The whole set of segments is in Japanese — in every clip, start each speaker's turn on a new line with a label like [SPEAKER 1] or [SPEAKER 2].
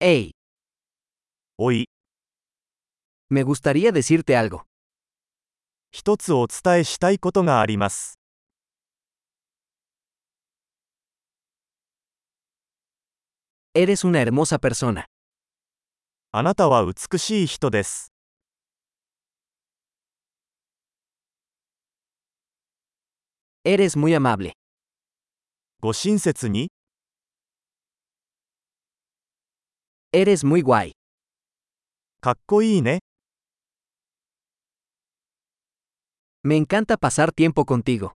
[SPEAKER 1] Hey,
[SPEAKER 2] Hoy,
[SPEAKER 1] me gustaría decirte algo.
[SPEAKER 2] 一つお伝えしたいことがあります。
[SPEAKER 1] Eres una hermosa persona.
[SPEAKER 2] あなたは美しい人です。
[SPEAKER 1] Eres muy amable.
[SPEAKER 2] ご親切に、
[SPEAKER 1] Eres muy guay.
[SPEAKER 2] かっこいいね。
[SPEAKER 1] Me encanta pasar tiempo contigo.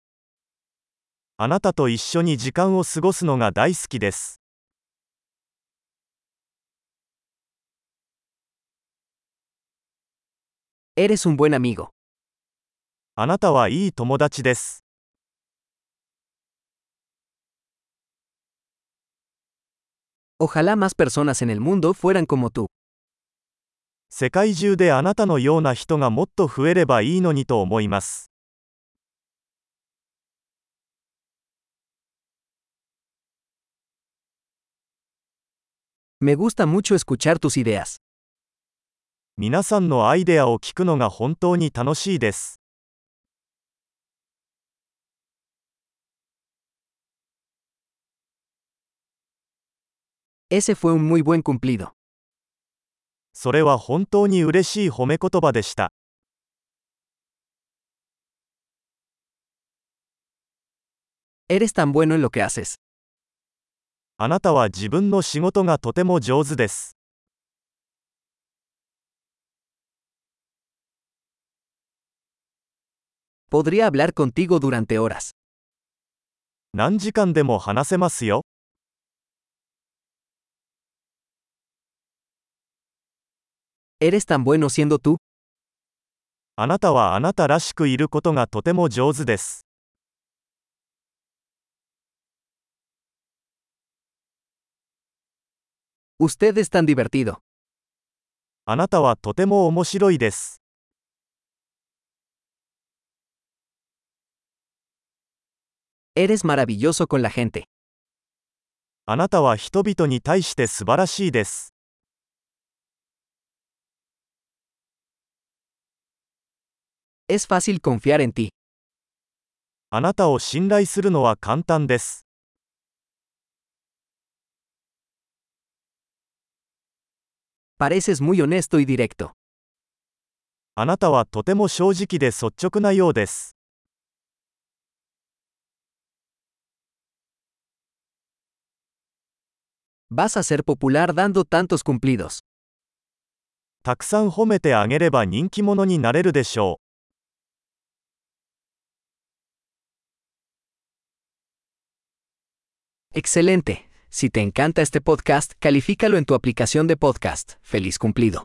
[SPEAKER 2] あなたと一緒に時間を過ごすのが大好きです。
[SPEAKER 1] Eres un buen amigo.
[SPEAKER 2] あなたはいい友達です。
[SPEAKER 1] Ojalá más personas en el mundo fueran como tú.
[SPEAKER 2] 世界中であなたのような人がもっと増えればいいのにと思います。
[SPEAKER 1] Me gusta mucho escuchar tus ideas.
[SPEAKER 2] 皆さんのアイデアを聞くのが本当に楽しいです。
[SPEAKER 1] Ese fue un muy buen cumplido.
[SPEAKER 2] それは本当に嬉しい褒め言葉でした。
[SPEAKER 1] Eres tan bueno en lo que haces.
[SPEAKER 2] あなたは自分の仕事がとても上手です。
[SPEAKER 1] Podría hablar contigo durante horas.
[SPEAKER 2] 何時間でも話せますよ。
[SPEAKER 1] Eres tan bueno siendo tú.
[SPEAKER 2] あなたはあなたらしくいることがとても上手です。
[SPEAKER 1] Usted es tan divertido.
[SPEAKER 2] あなたはとても面白いです。
[SPEAKER 1] Eres maravilloso con la gente.
[SPEAKER 2] あなたは人々に対して素晴らしいです。
[SPEAKER 1] Es fácil confiar en ti.
[SPEAKER 2] あなたを信頼するのは簡単です。
[SPEAKER 1] Pareces muy honesto y directo.
[SPEAKER 2] あなたはとても正直で率直なようです。
[SPEAKER 1] Vas a ser popular dando tantos cumplidos.
[SPEAKER 2] たくさん褒めてあげれば人気者になれるでしょう。
[SPEAKER 1] Excelente. Si te encanta este podcast, califícalo en tu aplicación de podcast. Feliz cumplido.